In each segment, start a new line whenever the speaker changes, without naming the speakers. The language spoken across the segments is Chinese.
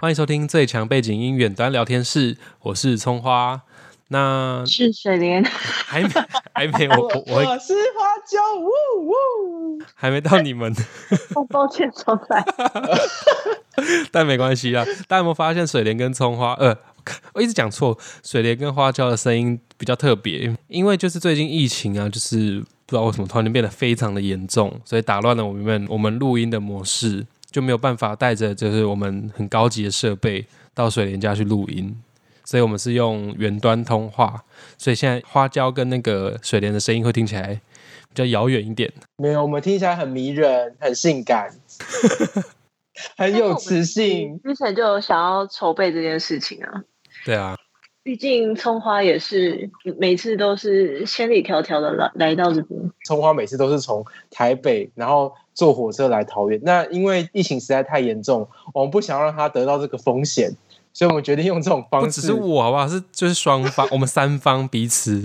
欢迎收听最强背景音远端聊天室，我是葱花。那
是水 莲，
还没 还没我我我会
我是花椒，呜呜，
还没到你们，
我抱歉说来，
但没关系啦。啊大家有没有发现水莲跟葱花？呃， 我一直讲错，水莲跟花椒的声音比较特别，因为就是最近疫情啊，就是不知道为什么突然间变得非常的严重，所以打乱了我们我们录音的模式，就没有办法带着就是我们很高级的设备到水莲家去录音。所以我们是用远端通话，所以现在花椒跟那个水莲的声音会听起来比较遥远一点。
没有，我们听起来很迷人，很性感， 很有磁性。
之前就有想要筹备这件事情啊。
对啊，
毕竟葱花也是每次都是千里迢迢的来来到这边，
葱花每次都是从台北，然后坐火车来桃园。那因为疫情实在太严重，我们不想让他得到这个风险，所以我们决定用这种
不
方
只是
式。
我好不好？是就是双方，我们三方彼此。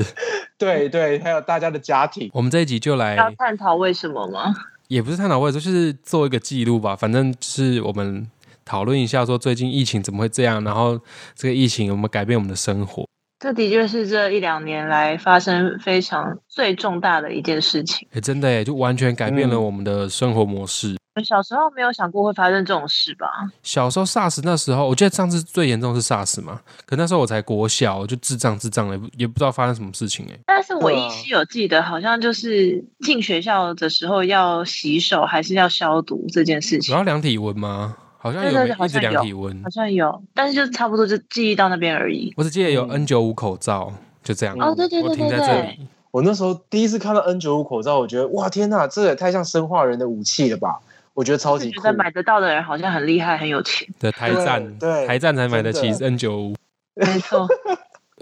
对对，还有大家的家庭。
我们这一集就来
要探讨为什么吗？
也不是探讨会，就是做一个记录吧。反正就是我们讨论一下，说最近疫情怎么会这样，然后这个疫情有没有改变我们的生活？
这的确是这一两年来发生非常最重大的一件事情。
哎，真的耶，就完全改变了
嗯
我们的生活模式。
我小时候没有想过会发生这种事吧？
小时候 SARS 那时候，我记得上次最严重是 SARS 嘛，可那时候我才国小，我就智障智障的，也不知道发生什么事情哎、
但是我
对
依
啊
稀有记得，好像就是进学校的时候要洗手还是要消毒这件事
主
情。
要量体温吗？好像有
对对
没
对好
一直
像
量
有
体温
好，像有，但是就差不多就记忆到那边而已。
我只记得有
嗯
N 九五口罩，就这样。
哦
对对对
嗯我停在
对
这
对
里。
我那时候第一次看到 N 9 5口罩，我觉得哇天呐，这也太像生化人的武器了吧！我觉得超
就
级
觉
酷。
得买得到的人好像很厉害，很有钱。
的台站，
对对
台站才买得起
真
N 九五。
没 错，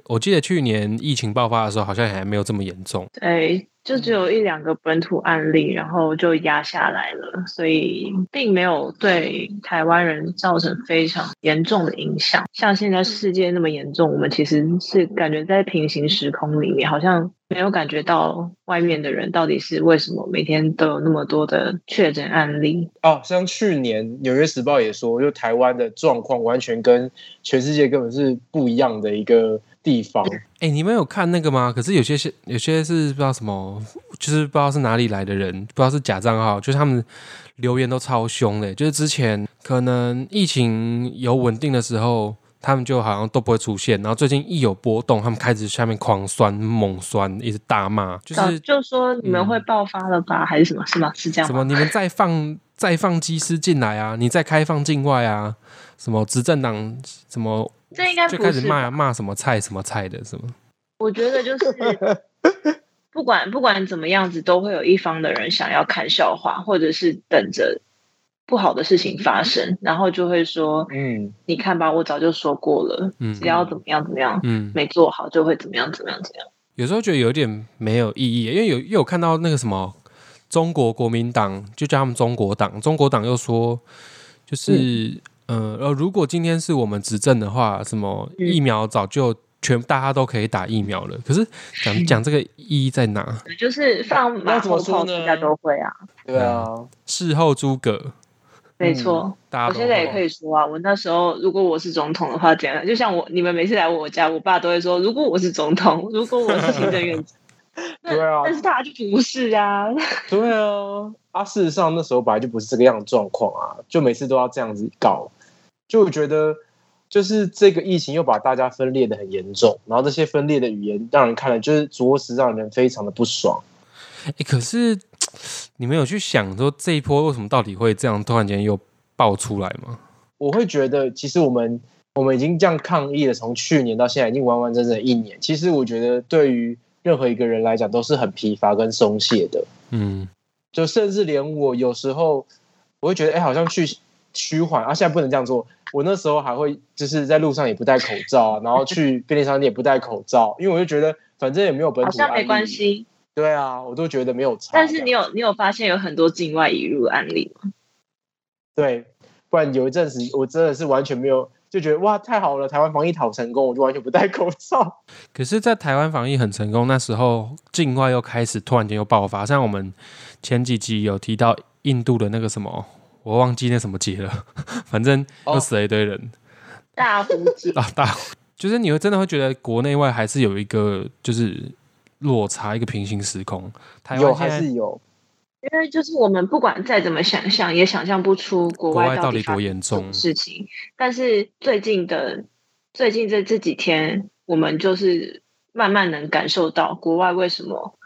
我记得去年疫情爆发的时候，好像还没有这么严重。
对，就只有一两个本土案例，然后就压下来了，所以并没有对台湾人造成非常严重的影响。像现在世界那么严重，我们其实是感觉在平行时空里面，好像没有感觉到外面的人到底是为什么每天都有那么多的确诊案例。
哦，像去年《纽约时报》也说，就台湾的状况完全跟全世界根本是不一样的一个地方。
哎、你们有看那个吗？可是有些是有些是不知道什么，就是不知道是哪里来的人，不知道是假账号，就是他们留言都超凶的。就是之前可能疫情有稳定的时候，他们就好像都不会出现，然后最近一有波动，他们开始下面狂酸、猛酸，一直大骂，就
早
是嗯
就说你们会爆发了吧，还是什么？是吗？是这样
什么？
吗
你们再放再放机师进来啊，你再开放境外啊，什么执政党什么
这应该
就
不
开始
是吧
骂骂什么菜什么菜的什么。
我觉得 就是不管不管怎么样子，都会有一方的人想要看笑话，或者是等着不好的事情发生，然后就会说
嗯，：“
你看吧，我早就说过了，
嗯
只要怎么样怎么样，
嗯，
没做好就会怎么样怎么样怎么样。
有时候觉得有点没有意义，因为有又有看到那个什么中国国民党，就叫他们中国党，中国党又说就是、呃呃，如果今天是我们执政的话，什么
嗯
疫苗早就全大家都可以打疫苗了。可是 讲讲这个意义在哪？”
就是放马
那怎么
后炮，
说呢
大家都会啊，
对啊，
事后诸葛，
嗯
没错。
大家
我
都
现在也可
以。
以说啊，我那时候如果我是总统的话，怎样？就像我你们每次来我家，我爸都会说，如果我是总统，如果我是行政院 长。那
对啊
但是他就不是啊，
对啊。啊，事实上那时候本来就不是这个样的状况啊，就每次都要这样子搞。就我觉得，就是这个疫情又把大家分裂的很严重，然后这些分裂的语言让人看了就是着实让人非常的不爽。
哎、可是你们有去想说这一波为什么到底会这样突然间又爆出来吗？
我会觉得，其实我们我们已经这样抗议了，从去年到现在已经完完整整一年。其实我觉得，对于任何一个人来讲，都是很疲乏跟松懈的。
嗯，
就甚至连我有时候，我会觉得，哎、好像去虚缓啊，现在不能这样做。我那时候还会就是在路上也不戴口罩啊，然后 去便利商店也不戴口罩，因为我就觉得反正也没有本
好
土案
像
例，
没关。系。
对啊，我都觉得没有差。
但是你
有
有你有发现有很多境外移入案例吗？
对，不然有一阵子我真的是完全没有，就觉得哇太好了，台湾防疫好成功，我就完全不戴口罩。
可是，在台湾防疫很成功，那时候境外又开始突然间又爆发，像我们前几集有提到印度的那个什么，我忘记那什么节了，反正又
哦
死了一堆人。
大胡姐，
啊，大，就是你会真的会觉得国内外还是有一个就是落差，一个平行时空。台
有
湾
还
现在
是有，
因为就是我们不管再怎么想象，也想象不出国
国外
外
到底
底发
多
生
严
这种
重？
事情。但是最近的最近这这几天，我们就是慢慢能感受到国外为什么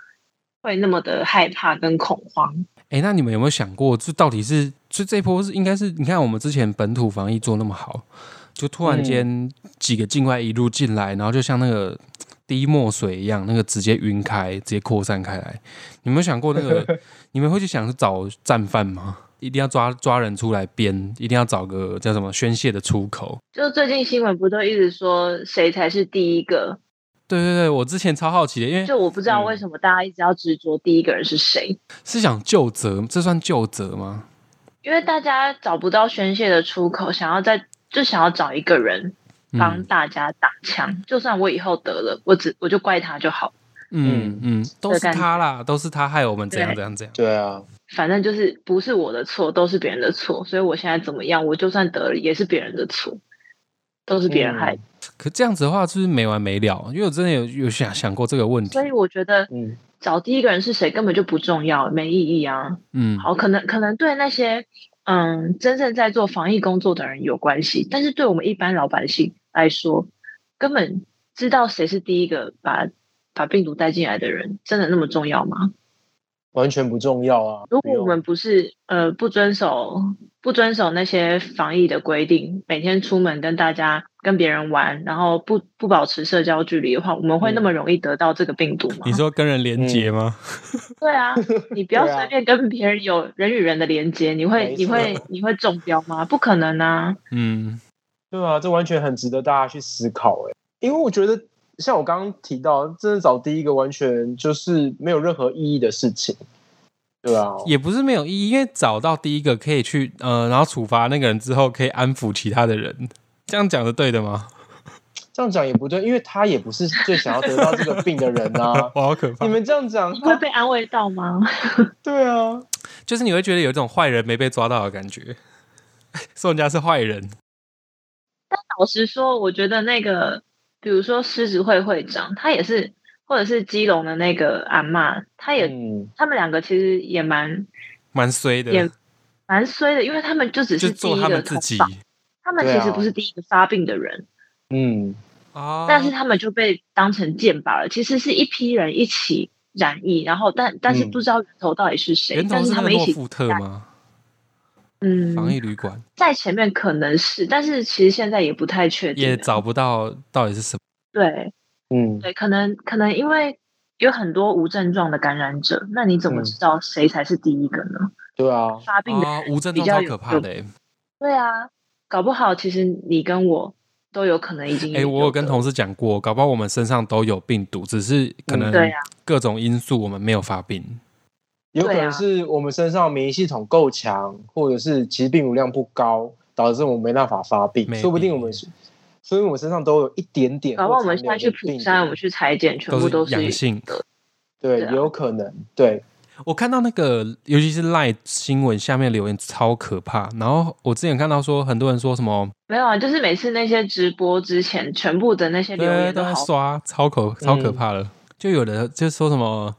会那么的害怕跟恐慌。
哎、那你们有没有想过，这到底是就这一波是应该是？你看我们之前本土防疫做那么好，就突然间几个境外一路进来，然后就像那个滴墨水一样，那个直接晕开，直接扩散开来。你们有想过那个？你们会去想是找战犯吗？一定要抓抓人出来编，一定要找个叫什么宣泄的出口。
就是最近新闻不都一直说谁才是第一个？
对对对，我之前超好奇的，因为
就我不
嗯
知道为什么大家一直要执着第一个人是谁，
是想就责，这算就责吗？
因为大家找不到宣泄的出口，想要在就想要找一个人帮
嗯
大家打枪。就算我以后得了，我只我就怪他就好，
嗯嗯，都是
的感觉
他啦，都是他害我们怎样
对
怎样怎样。
对啊，
反正就是不是我的错，都是别人的错。所以我现在怎么样，我就算得了也是别人的错，都是别人害的。
可这样子的话，就是没完没了。因为我真的有有想想过这个问题
所，以我觉得
嗯，
找第一个人是谁根本就不重要，没意义啊。
嗯，
好，可能可能对那些嗯真正在做防疫工作的人有关系，但是对我们一般老百姓来说，根本知道谁是第一个把把病毒带进来的人，真的那么重要吗？
完全不重要啊。
如
不
果
用
我们不是呃不遵守不遵守那些防疫的规定，每天出门跟大家跟别人玩，然后不不保持社交距离的话，我们会那么容易得到这个病毒吗？
你说跟人连结吗？
对啊，你不要
对啊
随便跟别人有人与人的连接，你会
没
你会
错
你会中标吗？不可能啊！
嗯
对啊，这完全很值得大家去思考哎、因为我觉得像我刚刚提到，真的找第一个完全就是没有任何意义的事情，对啊，
也不是没有意义，因为找到第一个可以去呃，然后处罚那个人之后，可以安抚其他的人。这样讲的对的吗？。
这样讲也不对，因为他也不是最想要得到这个病的人啊
我好可怕
你！们这样 讲，
你会被安慰到吗？
对啊，
就是你会觉得有一种坏人没被抓到的感觉， 说人家是坏人。
老实说，我觉得那个，比如说狮子会会长，他也是，或者是基隆的那个阿嬷，他也、
嗯，
他们两个其实也蛮
蛮衰的，
也蛮衰的，因为他们就只
就是
第
做
一
他
个
们自
同
己
房，他们其
对
实
啊
不是第一个发病的人，
嗯，
啊
但是他们就被当成箭靶了。其实是一批人一起染疫，然后但但是
嗯
不知道源头到底是谁，
源
但
头
是
是
他
那个
们一
诺
起
富特吗？防
嗯，
疫旅馆
在前面可能是，但是其实现在也不太确定了，
也找不到到底是什么。
对
嗯，
对，可能可能因为有很多无症状的感染者，那你怎么
嗯
知道谁才是第一个呢？
对啊，
发病的，
啊，无症
比
状
较
超
有
可怕的、欸。
对啊，搞不好其实你跟我都有可能已经
哎、我有跟
得
同事讲过，搞不好我们身上都有病毒，只是可能
嗯
对啊
各种因素我们没有发病。
有可
对啊
能是我们身上免疫系统够强，或者是其实病毒量不高，导致我们没办法发病，
Maybe
说不定我们是，说不定我们身上都有一点点或
搞不好我们
残
现在
留的
去
病毒，
釜山，我们去裁剪，全
都
部
是
都是
阳性
的。
对，
对啊
也有可能，对，
我看到那个，尤其是赖新闻下面留言超可怕。然后我之前看到说，很多人说什么，
没有啊，就是每次那些直播之前，全部的那些
对
留言
都
都
在
好，
刷，超可超可怕了。就有的就说什么，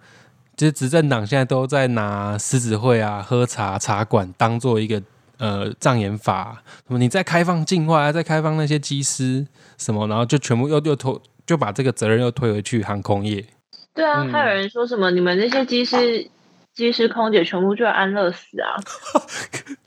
就是执政党现在都在拿狮子会啊、喝茶茶馆当做一个呃障眼法，什么你再开放境外、啊，再开放那些机师什么，然后就全部又又推，就把这个责任又推回去航空业。
对啊，
嗯
还有人说什么你们那些机师、机师、空姐全部就安乐死 啊？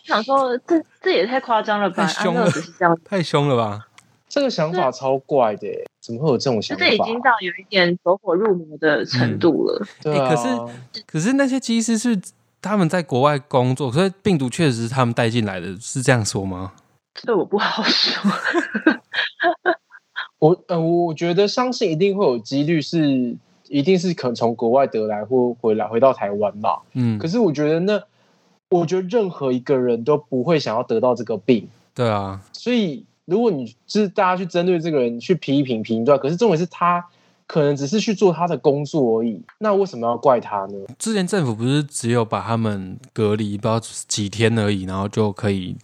想说这这也太夸张了吧？
太
安
凶了
乐死是这样，
太凶了吧？
这个想法超怪的耶，怎么会有这种
就
想法？
这已经到有一点走火入魔的程度了。
对啊，
欸可是可是那些机师是他们在国外工作，所以病毒确实是他们带进来的，是这样说吗？
这我不好说。
我呃，我我觉得相信一定会有几率是，一定是可能从国外得来或回来回到台湾嘛。
嗯，
可是我觉得那，我觉得任何一个人都不会想要得到这个病，
对啊，
所以如果你就是大家去针对这个人去批评评断，可是重点是他可能只是去做他的工作而已，那为什么要怪他呢？
之前政府不是只有把他们隔离不知道几天而已，然后就可以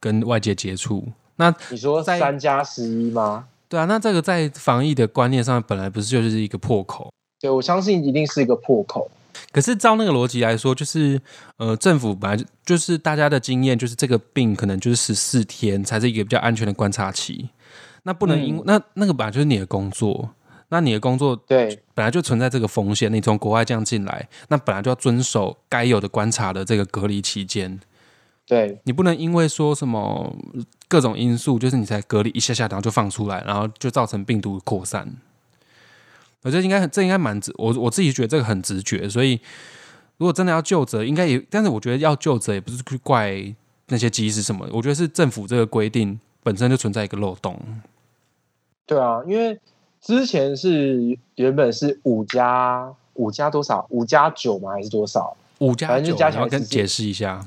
跟外界接触，那
你说
在
三加十一吗？
对啊，那这个在防疫的观念上本来不是就是一个破口。
对，我相信一定是一个破口。
可是照那个逻辑来说，就是呃，政府本来就就是大家的经验，就是这个病可能就是十四天才是一个比较安全的观察期。那不能因、
嗯
那那个本来就是你的工作，那你的工作
对，
本来就存在这个风险。你从国外这样进来，那本来就要遵守该有的观察的这个隔离期间。
对，
你不能因为说什么各种因素，就是你才隔离一下下，然后就放出来，然后就造成病毒扩散。我觉得应该很这应该蛮直，我我自己觉得这个很直觉，所以如果真的要就责，应该也，但是我觉得要就责也不是去怪那些机制什么，我觉得是政府这个规定本身就存在一个漏洞。
对啊，因为之前是原本是五加五加多少？五加九吗？还是多少？
五加
反正
九，
就加
你
起
要
来
跟
十四
解释一下，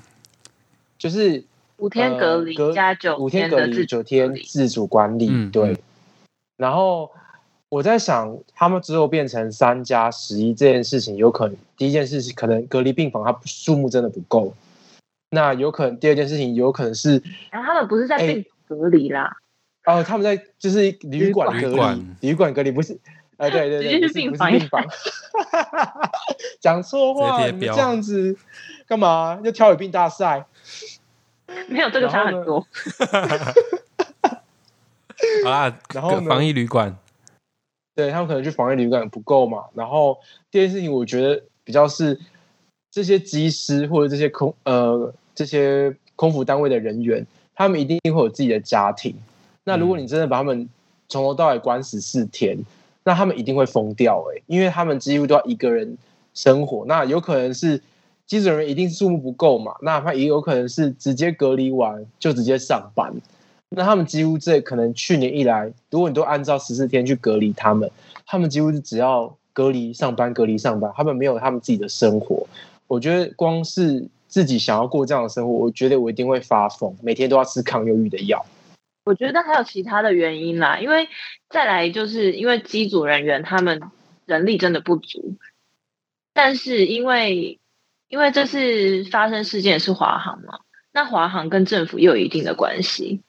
就是
五天隔离
呃
加九
五天
的
隔
自
离，
主
九
隔
天
离，
自主管理，
嗯
对。
嗯
然后我在想，他们之后变成三加十一这件事情，有可能第一件事是可能隔离病房它数目真的不够，那有可能第二件事情有可能是
然后他们不是在
哎
病毒隔离啦，
哦、他们在就是旅馆
旅
隔
馆
离，旅馆隔离不是。呃，对对
直接
对，
去
不是
病
不
房
是 病房，讲错
直
话，
接
你们
标
这样子干嘛？要挑语病大赛？
没有这个差
然后
很
呢
多。
好啦，
然后呢
防疫旅馆，
对他们可能去防疫旅馆不够嘛。然后第二件事情，我觉得比较是这些机师或者这些空呃这些空服单位的人员，他们一定会有自己的家庭。那如果你真的把他们从头到尾关十四天，那他们一定会疯掉哎、欸因为他们几乎都要一个人生活。那有可能是机组人员一定数目不够嘛，那他也有可能是直接隔离完就直接上班。那他们几乎这可能去年以来，如果你都按照十四天去隔离他们，他们几乎是只要隔离上班、隔离上班，他们没有他们自己的生活。我觉得光是自己想要过这样的生活，我觉得我一定会发疯，每天都要吃抗忧郁的药。
我觉得还有其他的原因啦，因为再来就是因为机组人员他们人力真的不足，但是因为因为这次发生事件是华航嘛，那华航跟政府也有一定的关系，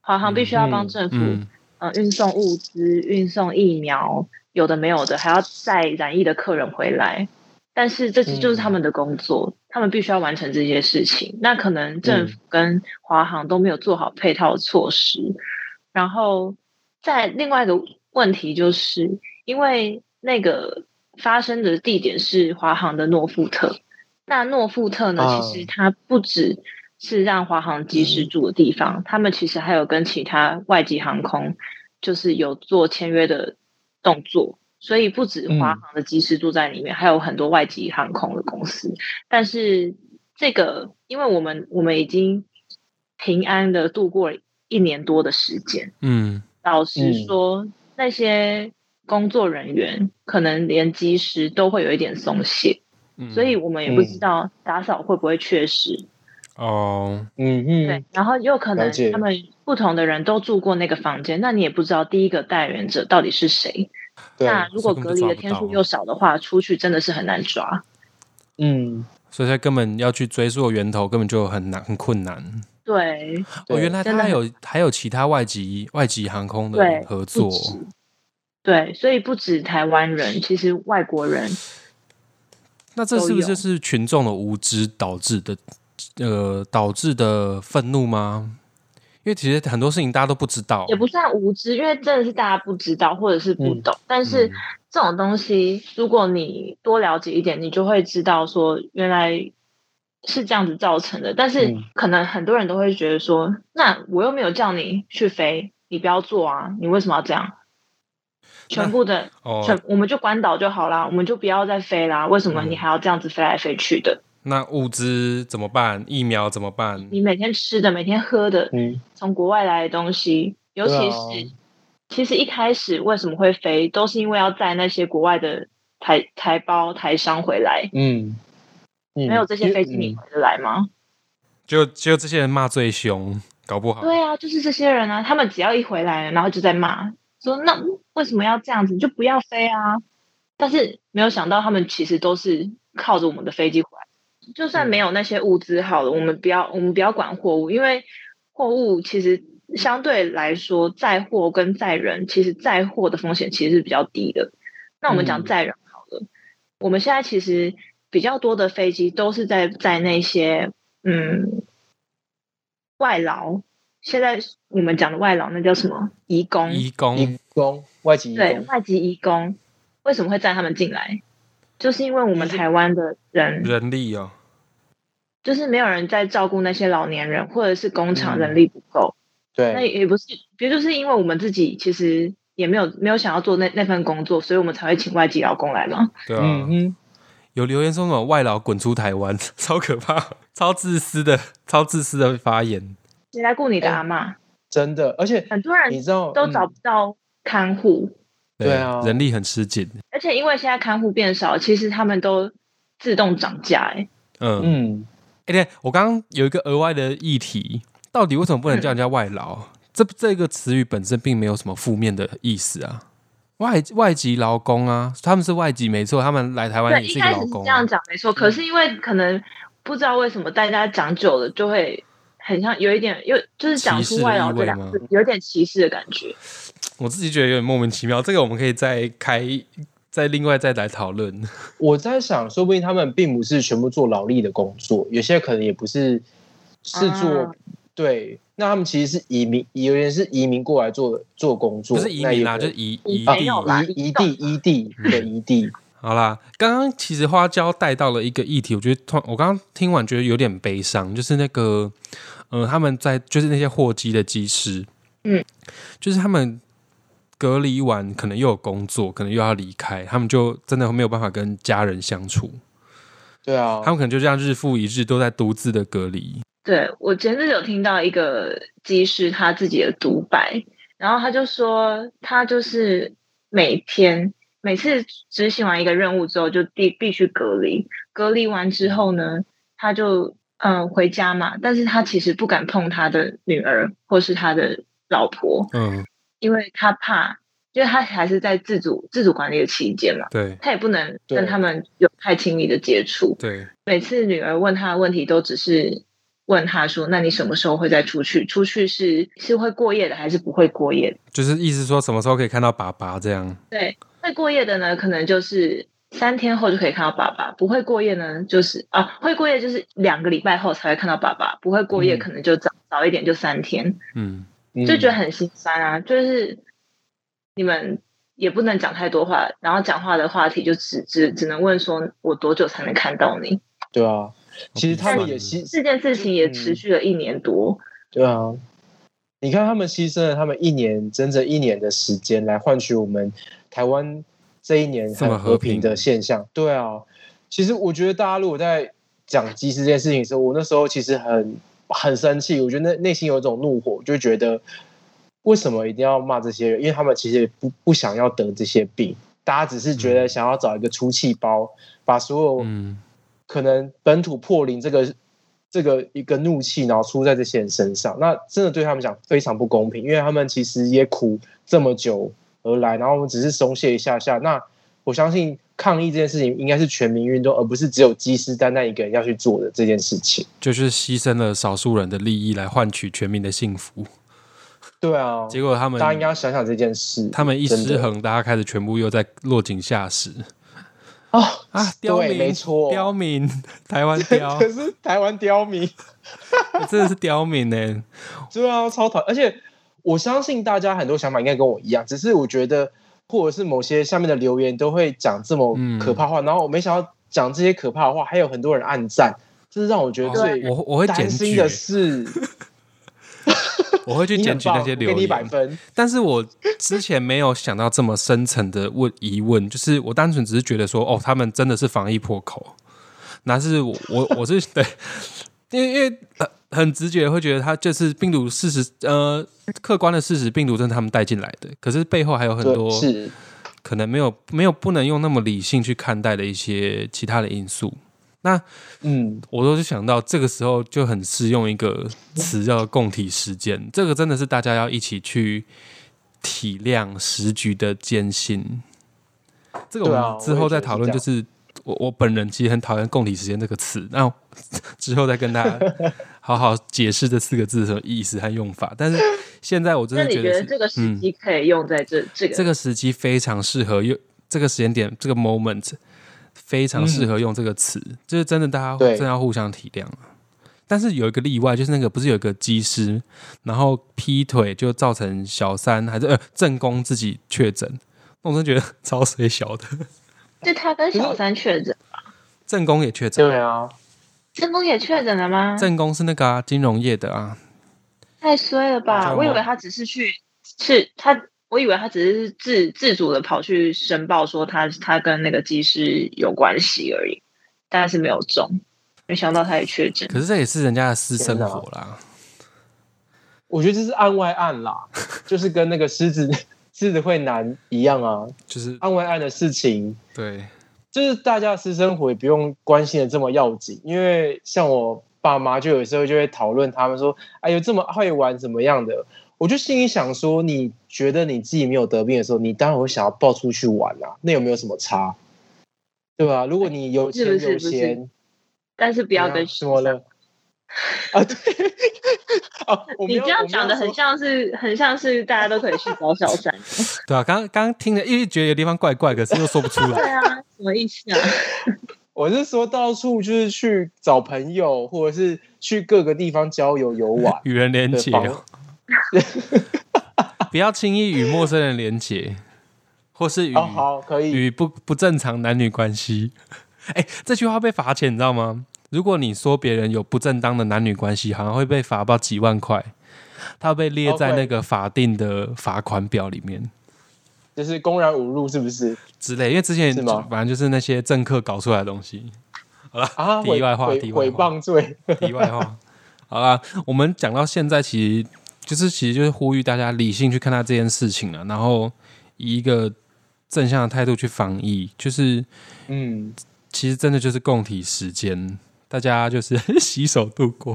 华航必须要帮
嗯
政府、
嗯，
呃运送物资、运送疫苗，有的没有的，还要载染疫的客人回来。但是这
嗯
就是他们的工作，他们必须要完成这些事情。那可能政府跟华航都没有做好配套措施。然后，在另外一个问题就是，因为那个发生的地点是华航的诺富特，那诺富特呢，
啊
其实它不只是让华航机师住的地方，他们其实还有跟其他外籍航空就是有做签约的动作，所以不止华
嗯
航的机师住在里面，还有很多外籍航空的公司。但是这个，因为我们我们已经平安的度过了一年多的时间，
嗯，
老实
嗯
说，那些工作人员可能连机师都会有一点松懈，
嗯
所以我们也不知道打扫会不会缺失。
哦，
嗯
对
嗯，，
然后又可
了
能
解
他们不同的人都住过那个房间，那你也不知道第一个带源者到底是谁。
对，
那如果
所以根
隔
本
离
就抓
的
不
天数
到
又少的话，出去真的是很难抓。
嗯，
所以他根本要去追溯源头，根本就很难很困难。
对
哦，
对
原来他
真的
还
很
有还有其他外籍外籍航空的
对，
合
不
作，
止对，所以不止台湾人，其实外国人
那这是不是
都有
就是群众的无知导致的？呃，导致的愤怒吗？因为其实很多事情大家都不知道，
也不算无知，因为真的是大家不知道或者是不懂。但是
嗯
这种东西，如果你多了解一点，你就会知道说原来是这样子造成的。但是
嗯
可能很多人都会觉得说，那我又没有叫你去飞，你不要做啊，你为什么要这样？全部的
哦
全，，我们就关岛就好啦，我们就不要再飞啦。为什么
嗯
你还要这样子飞来飞去的？
那物资怎么办？疫苗怎么办？
你每天吃的，每天喝的，
嗯，
从国外来的东西，尤其
对
是、
啊
其实一开始为什么会飞，都是因为要载那些国外的台台胞台商回来，
嗯，嗯
没有这些飞机你
嗯
回得来吗？
就就这些人骂最凶，搞不好。
对啊，就是这些人啊，他们只要一回来，然后就在骂，说那为什么要这样子，你就不要飞啊！但是没有想到，他们其实都是靠着我们的飞机回来。
嗯
就算没有那些物资好了，我们不要我们不要管货物，因为货物其实相对来说，载货跟载人，其实载货的风险其实是比较低的。那我们讲
嗯
载人好了，我们现在其实比较多的飞机都是在载那些嗯外劳。现在你们讲的外劳，那叫什么？移工，
义工
义嗯工外籍义
对
工，
外籍移工，为什么会载他们进来？就是因为我们台湾的人
人力哦，
就是没有人在照顾那些老年人，或者是工厂
嗯
人力不够。那
对，
也不是，也就是因为我们自己其实也没有没有想要做那那份工作，所以我们才会请外籍劳工来嘛。
对啊，
嗯哼，
有留言说什么外劳滚出台湾， 超可怕，超自私的，超自私的发言。
谁来顾你的
哎
阿妈？
真的，而且
很多人
你知道
都找
嗯
不到看护，
对啊
人力很吃紧。
而且因为现在看护变少，其实他们都自动涨价、欸。
嗯，哎、
嗯，
对，我刚刚有一个额外的议题，到底为什么不
嗯
能叫人家外劳？这这个词语本身并没有什么负面的意思啊。外外籍劳工啊，他们是外籍没错，他们来台湾
对，
也
一
是一个
开始
劳
是
工
这
啊、
样讲没错，可是因为可能不知道为什么大家讲久了就会很像有一点，又就是讲
歧
出
视的
外劳
意
这
味
两
吗
个字，有点歧视的感觉。
我自己觉得有点莫名其妙，这个我们可以再开。再另外再来讨论，
我在想，说不定他们并不是全部做劳力的工作，有些可能也不是是做、
啊
对，那他们其实是移民，有人是移民过来做的做工作，
不是移
那也
民啦，
可
就是移嗯移
移
地
没有啦
移移地移地对移地，
好啦，刚刚其实花椒带到了一个议题，我觉得突然我刚刚听完觉得有点悲伤，就是那个，呃，他们在就是那些货机的机师，
嗯，
就是他们隔离完可能又有工作，可能又要离开，他们就真的没有办法跟家人相处，
对啊
他，们可能就这样日复一日都在独自的隔离，
对我前阵子有听到一个技师他自己的独白，然后他就说他就是每天每次执行完一个任务之后就必必须隔离，隔离完之后呢，他就嗯、呃回家嘛，但是他其实不敢碰他的女儿或是他的老婆，
嗯，
因为他怕，因为他还是在自主自主管理的期间嘛，
对
他也不能
对
跟他们有太亲密的接触。
对，
每次女儿问他的问题，都只是问他说：“那你什么时候会再出去？出去是是会过夜的，还是不会过夜的
就是意思说什么时候可以看到爸爸这样，？”
对，会过夜的呢，可能就是三天后就可以看到爸爸；不会过夜呢，就是啊，会过夜就是两个礼拜后才会看到爸爸；不会过夜，
嗯
可能就早、早一点就三天，
嗯，
就觉得
嗯
很心酸啊。就是你们也不能讲太多话，然后讲话的话题就只只只能问说：“我多久才能看到你
对啊，其实他
好
们
悲
也
伤
牺？”
这件事情也持
嗯
续了一年多。
对啊，你看他们牺牲了他们一年整整一年的时间，来换取我们台湾这一年
这么
很
和
和
平
平的现象。对啊，其实我觉得大家如果在讲机师这件事情的时候，我那时候其实很很生气，我觉得内内心有一种怒火，就觉得为什么一定要骂这些人？因为他们其实也不不想要得这些病，大家只是觉得想要找一个出气包，把所有
嗯，
可能本土破零这个这个一个怒气，然后出在这些人身上，那真的对他们讲非常不公平，因为他们其实也苦这么久而来，然后我们只是松懈一下下。那我相信抗议这件事情应该是全民运动，而不是只有机师单单一个人要去做的这件事情。
就是牺牲了少数人的利益来换取全民的幸福，
对啊，
结果他们
大家应该要想想这件事。
他们一
真的
失衡，大家开始全部又在落井下石
啊
啊！刁
对
民，
没错
刁民， 台湾 刁
可，是台湾刁民。
真的是刁民欸呢、
对啊，超讨厌。而且我相信大家很多想法应该跟我一样，只是我觉得，或者是某些下面的留言都会讲这么
嗯
可怕话，然后我没想到讲这些可怕的话，还有很多人暗赞，这是让我觉得最
我我会检
担心
举，
的事。
我会去
你
检
很
举
棒，
那些
我
留
给你一百
言。
分。
但是我之前没有想到这么深层的问疑问，就是我单纯只是觉得说，哦，他们真的是防疫破口，那是我我 我是对，因为因为、呃很直觉会觉得他就是病毒事实，呃，客观的事实，病毒真的他们带进来的，可是背后还有很多
对，是
可能没有没有不能用那么理性去看待的一些其他的因素。那
嗯，
我都是想到这个时候就很适用一个词叫共体时间，这个真的是大家要一起去体谅时局的艰辛。这个我
对啊
们之后再讨
啊我
论，
也觉
就
得
是我我本人其实很讨厌“共体时间”这个词，那我之后再跟大家好好解释这四个字的意思和用法。但是现在我真
那
的
你
觉
觉
得
得
是
这个时
嗯
机可以用在这、这个
这个时机非常适合用这个时间点，这个 moment 非常适合用这个词，就是真的大家
嗯对
真的要互相体谅啊但是有一个例外，就是那个不是有一个技师，然后劈腿就造成小三还是呃正宫自己确诊，那我真的觉得超水小的，
是他跟小三确诊，
正宫也确诊，
对啊，
正宫也确诊了吗？
正宫是那个、啊、金融业的啊，
嗯
太衰了吧！
叫
我以
某
为他只是去是他，我以为他只是自自主的跑去申报说他他跟那个技师有关系而已，但是没有中，没想到他也确诊。
可是这也是人家的私生
天哪
活啦，
我觉得这是案外案啦，就是跟那个狮子 狮子会男一样啊，
就是
案外案的事情，
对，
就是大家的私生活也不用关心的这么要紧，因为像我爸妈就有时候就会讨论他们说，哎呦这么会玩怎么样的，我就心里想说，你觉得你自己没有得病的时候，你当然会想要抱出去玩啊，那有没有什么差？对吧？如果你有钱
是不是
有
不是
闲，
但是不
不
要跟
什么了。啊，对，啊，我没
你
有
这样讲的很，像是很像是大家都可以去找小 三，
对啊，刚刚刚听了，一直觉得有地方怪怪，可是又说不出
对
来，
啊，什么意思啊？
我没有说我是说到处就是去找朋友，或者是去各个地方交友游玩
，与人连
对
结
访
哦。不要轻易与陌生人连结，或是与、
哦，好，可以，
与不不正常男女关系。哎、这句话被罚钱，你知道吗？如果你说别人有不正当的男女关系，好像会被罚到几万块，它被列
哦
在
会
那个法定的罚款表里面
就是公然侮辱，是不是？
之类。因为之前
是吗
反正就是那些政客搞出来的东西。好了，
啊，
题
毁
外话，
毁
题外
毁
话。
谤罪，
题外话， 好啦，我们讲到现在，其实就是其实就是呼吁大家理性去看待这件事情了，然后以一个正向的态度去防疫，就是
嗯，
其实真的就是共体时间，大家就是 洗手度过。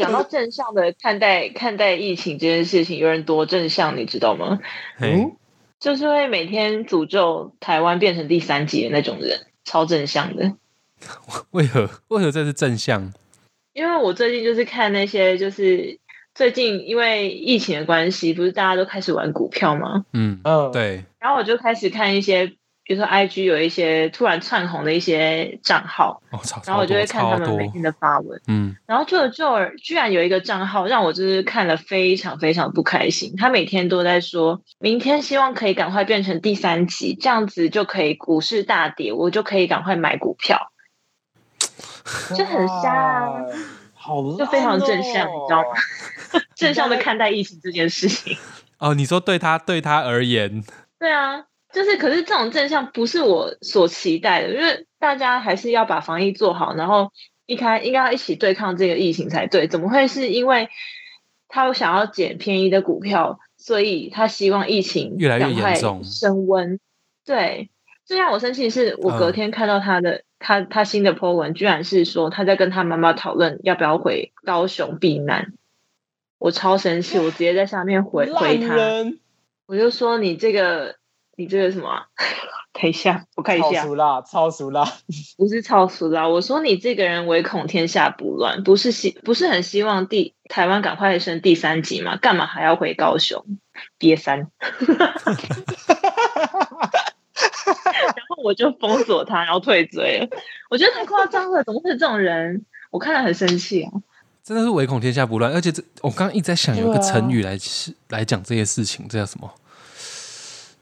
讲到正向的看待看待疫情这件事情，有人多正向，你知道吗？
嘿，
嗯
就是会每天诅咒台湾变成第三级的那种人，超正向的。
为何为何这是正向？
因为我最近就是看那些，就是最近因为疫情的关系，不是大家都开始玩股票吗？
嗯，
嗯，，
对，
然后我就开始看一些，比如说 IG 有一些突然窜红的一些账号，
哦，超
然
超
后我就会
多
看他
超
们每
多
天，的发文，
嗯，
然后就就有居然有一个账号让我就是看了非常非常不开心，他每天都在说，明天希望可以赶快变成第三级，这样子就可以股市大跌，我就可以赶快买股票。 这很瞎啊，
好烂哦，
就非常正向你知道吗正向的看待疫情这件事情。
哦，你说对他对他而言，
对啊，就是可是这种正向不是我所期待的，因为大家还是要把防疫做好，然后一开应该要一起对抗这个疫情才对。怎么会是因为他想要捡便宜的股票，所以他希望疫情
越来越
赶快
严重
升温？对，最让我生气的是，我隔
嗯
天看到他的、他他新的 po 文，居然是说他在跟他妈妈讨论要不要回高雄避难。我超生气，我直接在下面回回
烂
他。
人，
我就说你这个，你这个什么啊、 等一下，我看一
超
下啊
俗，辣，超俗辣，
不是超俗啦。我说你这个人唯恐天下不乱，不是希不是很希望第台湾赶快升第三级嘛？干嘛还要回高雄？瘪三。 然后我就封锁他，然后退追了。我觉得太夸张了，怎么会有这种人？我看了很生气啊。
真的是唯恐天下不乱。而且这我刚刚一直在想有一个
对啊
成语来、来讲这些事情，这叫什么？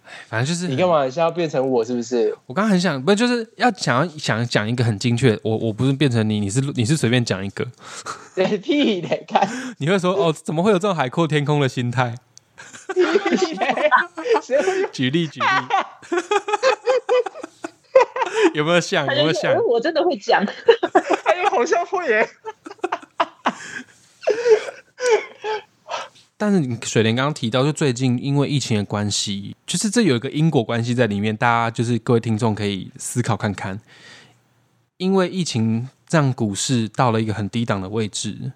哎，反正就是
你
很
干嘛现在要变成我是不是？
我刚刚很想，不就是要想要想讲一个很精确，我我不是变成你，你是你是随便讲一个，
对 屁嘞，看
你会 说哦，怎么会有这种海阔天空的心态？
屁 嘞，谁会
举例举例， 有没有像
他
有没有
就是
像
哎？我真的会讲，
哎呦，好像会耶！
但是你水莲刚刚提到，就最近因为疫情的关系，就是这有一个因果关系在里面，大家就是各位听众可以思考看看。因为疫情让股市到了一个很低档的位置，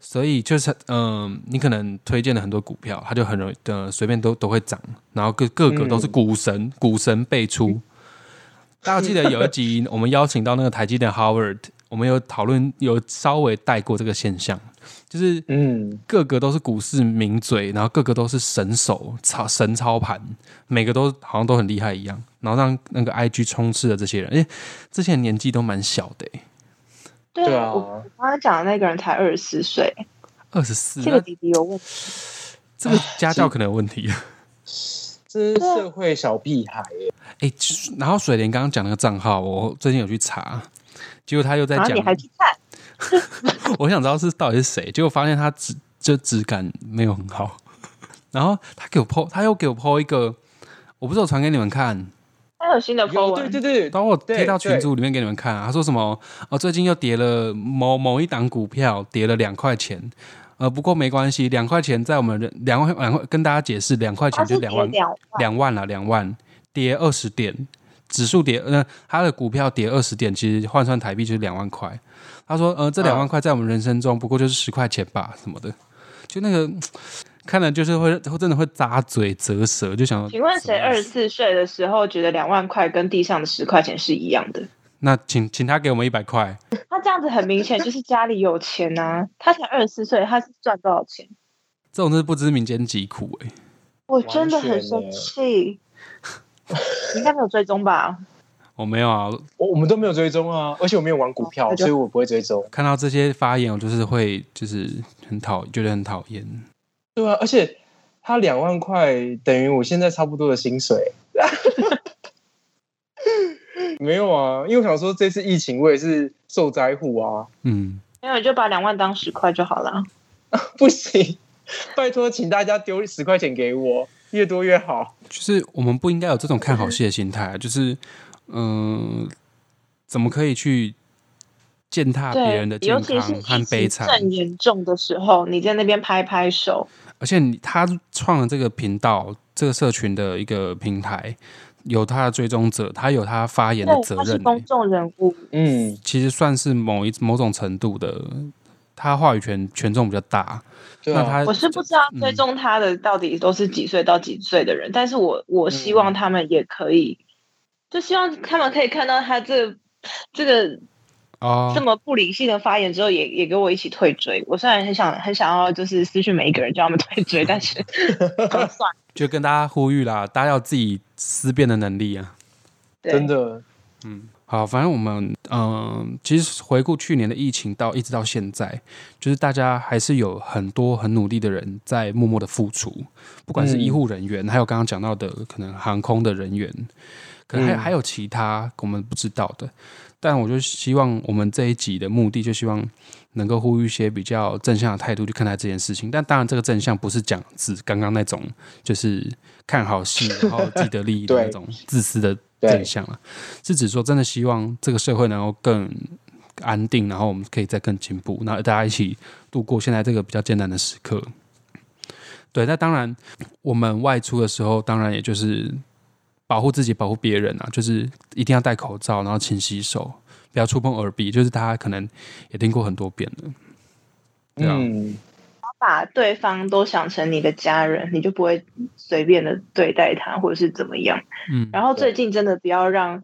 所以就是嗯、你可能推荐了很多股票，它就很容易呃随便都都会涨，然后各各个都是股神、股神辈出，大家记得有一集我们邀请到那个台积电 Howard，我们有讨论，有稍微带过这个现象，就是
嗯，
个个都是股市名嘴，然后个个都是神手操神操盘，每个都好像都很厉害一样，然后让那
嗯
个 IG 充斥的这些人，哎，这些人年纪都蛮小的、欸，
对
对
我
啊，
刚刚讲的那个人才二十四岁，
二十四，
这个啊弟弟有问题。
这个家教可能有问题。啊
这是社会小屁孩耶、
哎、其实然后水莲刚刚讲那个账号，我最近有去查，结果他又在
然后
讲，
啊你还去看，
我想知道是到底是谁，结果发现他质就质感没有很好。然后他给我 PO，他又给我 PO 一个，我不是有传给你们看，
他有新的 po
有对
文，
对对，
等我
对
贴到群
对
组里面给你们看、啊。他说什么？哦，最近又跌了某某一档股票，跌了两块钱。呃，不过没关系，两块钱在我们人两块两块跟大家解释，两块钱
他
就是是两
跌
万
两万，
两万了，两万跌二十点，指数跌，那、他的股票跌二十点，其实换算台币就是两万块。他说，呃，
嗯
这两万块在我们人生中不过就是十块钱吧，什么的，就那个看了就是会会真的会扎嘴折舌，就想。
请问谁
什么
二
意
十
思？
四岁的时候觉得两万块跟地上的十块钱是一样的？
那请请他给我们一百块，
他这样子很明显就是家里有钱呐、他才二十四岁，他是赚多少钱？
这种真是不知民间疾苦哎、
我真的很
完全
生
耶
气。你应该没有追踪吧？
我没有啊，
我我们都没有追踪啊，而且我没有玩股
哦
票，
那就
所以我不会追踪。
看到这些发言，我就是会就是很讨，觉得很讨厌。
对啊，而且他两万块等于我现在差不多的薪水。 没有啊，因为我想说这次疫情我也是受灾户啊，
嗯，
没有，你就把两万当十块就好了。
不行，拜托，请大家丢十块钱给我，越多越好。
就是我们不应该有这种看好戏的心态，啊就是嗯、怎么可以去践踏别人的
对，尤
健
其是
康
疫
和悲
情
惨？
正严重的时候，你在那边拍拍手，
而且你他创了这个频道，这个社群的一个平台，有他的追踪者，他有他发言的
对，
责
他是
任、
公
欸，
众人物，
嗯，
其实算是某一某种程度的，他话语权权重比较大。
对
那
啊，
他
我是不知道追踪他的到底都是几岁到几岁的人，但是我我希望他们也可以，就希望他们可以看到他这这个
哦
这，么不理性的发言之后也，也跟我一起退追。我虽然很想很想要就是私讯每一个人叫他们退追，但是 算了，
就跟大家呼吁啦，大家要有自己思辨的能力啊。
对
真的，
好，反正我们嗯、其实回顾去年的疫情到一直到现在，就是大家还是有很多很努力的人在默默的付出，不管是医护人员，还有刚刚讲到的可能航空的人员，可能还、
嗯
还有其他我们不知道的。但我就希望我们这一集的目的，就希望能够呼吁一些比较正向的态度去看待这件事情。但当然，这个正向不是讲指刚刚那种就是看好戏然后既得利益的那种自私的正向了，是指说真的希望这个社会能够更安定，然后我们可以再更进步，然后大家一起度过现在这个比较艰难的时刻。对，那当然，我们外出的时候，当然也就是保护自己、保护别人啊，就是一定要戴口罩，然后勤洗手，不要触碰耳鼻，就是大家可能也听过很多遍了。对啊
嗯，
把对方都想成你的家人，你就不会随便的对待他或者是怎么样。
嗯，
然后最近真的不要让，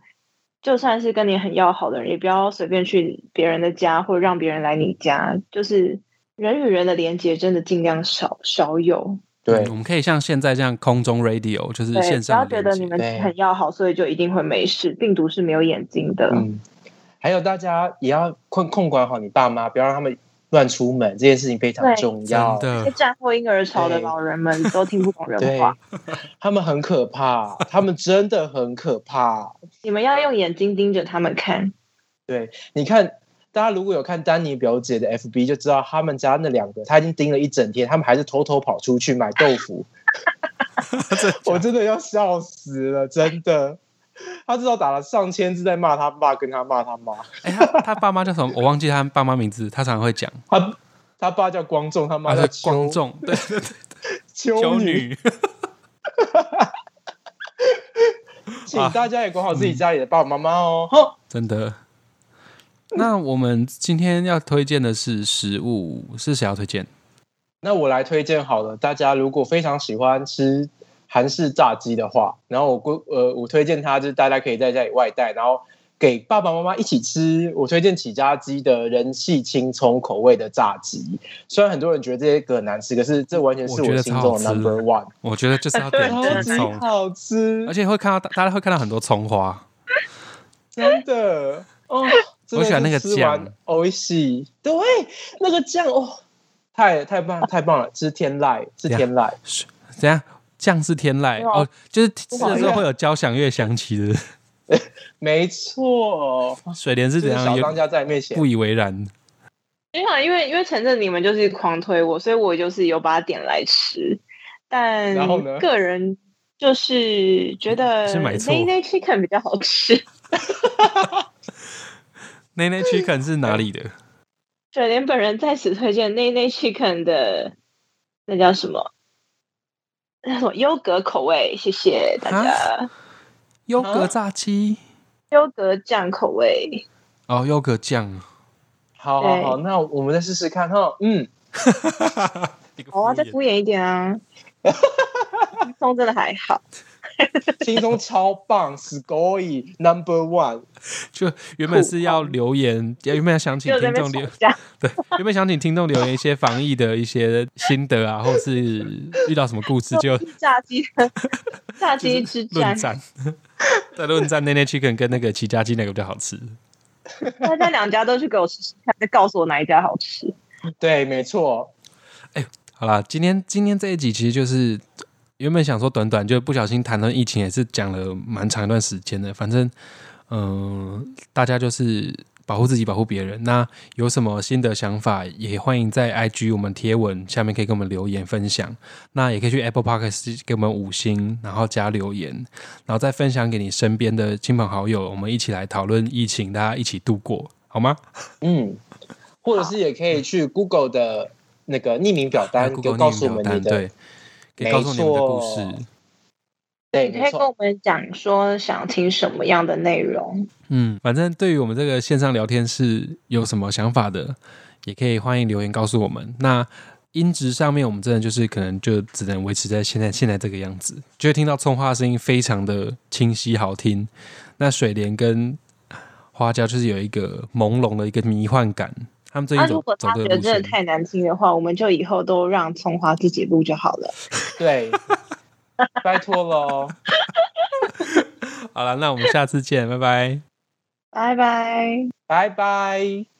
就算是跟你很要好的人，也不要随便去别人的家或者让别人来你家，就是人与人的连接真的尽量少少有。
对
嗯我，们可以像现在这样空中 radio，就是
对，
线
不要
上
觉
的
得
连
你
接。
们
对
很要好，所以就一定会没事。病毒是没有眼睛的。
嗯，还有大家也要控控管好你爸妈，不要让他们乱出门，这件事情非常
对
重要
真。的
在，战或婴儿潮的
对
老人们都听不懂人
对
话，，
他们很可怕，他们真的很可怕。
你们要用眼睛盯着他们看。
对，你看，大家如果有看丹尼表姐的 FB 就知道，他们家那两个，他已经盯了一整天，他们还是偷偷跑出去买豆腐，我 真的要笑死了，真的。他至少打了上千字在骂他爸，跟他骂他妈，
哎、他他爸妈叫什么？我忘记他爸妈名字，他常常会讲，
他他爸叫光仲，他妈
啊，
叫
是
秋
光众，对对对，
秋
修
女，
女，
请
啊
大家也管好自己家里的爸爸妈妈哦。哼
真的。那我们今天要推荐的是食物，是谁要推荐？
那我来推荐好了，大家如果非常喜欢吃韩式炸鸡的话，然后我估呃，我推荐它就是大家可以在家里外带，然后给爸爸妈妈一起吃。我推荐起家鸡的人气青葱口味的炸鸡，虽然很多人觉得这些个很难吃，可是这完全是
我觉
我
得
心
超
中的
好吃
number one，
我觉得就是要点
超级
青葱，
好吃
而，且会看到大大家会看到很多葱花。
真的哦。 真的
喜欢那个
是吃完
酱，
哦，一喜，对，那个酱哦，太太棒太棒了，吃天籁，吃
啊
天籁。
怎样？酱是天籁
哇
哦，就是吃
哇
的时候会有交响乐响起的。
没错，
水莲是
就
怎样？
是小
有
当家在里面写
不以为然。
没有啊，因为因为前阵你们就是狂推我，所以我就是有把它点来吃，但
然后呢
个人就是觉得
是买错
Nay Nay Chicken 比较好吃。
奈奈 chicken 是哪里的？
水莲本人在此推荐 Nay Nay Chicken 的那叫什么？那叫什么优格口味？谢谢大家。
优格炸鸡
优格酱口味，
哦，优格酱。
好好好，
对
那我们再试试看哈。嗯，
一个
好啊，
敷
再
衍
敷衍一点啊。轻松真的还好，
轻松超棒，score number one。
就原本是要留言，原本想请
就哦在
听
那
众
边
留
吵，架。
对，原本想请听众留言一些防疫的一些心得啊，或 是遇到什么故事，就
炸鸡的炸鸡之
论
战，
战， 在论战奈奈 chicken 跟那个齐家鸡哪个比较好吃？
大家两家都去给我吃吃看，再告诉我哪一家好吃。
对，没错，
好啦，今天今天这一集其实就是原本想说短短，就不小心谈论疫情，也是讲了蛮长一段时间的。反正，嗯、大家就是保护自己，保护别人。那有什么新的想法，也欢迎在 IG 我们贴文下面可以跟我们留言分享。那也可以去 Apple Podcast 给我们五星，然后加留言，然后再分享给你身边的亲朋好友，我们一起来讨论疫情，大家一起度过，好吗？
嗯，或者是也可以去 Google 的那个匿名表
来
单，
Google
就告
匿
诉
名
我们
表
你
单
的
对，可以告诉我你们的
没
故
错
事。
对，
你可
没
以跟
错，
我们讲说想听什么样的内容，
嗯，反正对于我们这个线上聊天室有什么想法的，也可以欢迎留言告诉我们。那音质上面，我们真的就是可能就只能维持在现在现在这个样子，就会听到葱花的声音非常的清晰好听。那水莲跟花椒就是有一个朦胧的一个迷幻感，他们最
那、
近
啊
走
如果
走
他
这
觉
个
得
路
真的
线，
太难听的话，我们就以后都让葱花自己录就好了。
对，拜托喽。
好了，那我们下次见，拜拜。
拜拜。
拜拜。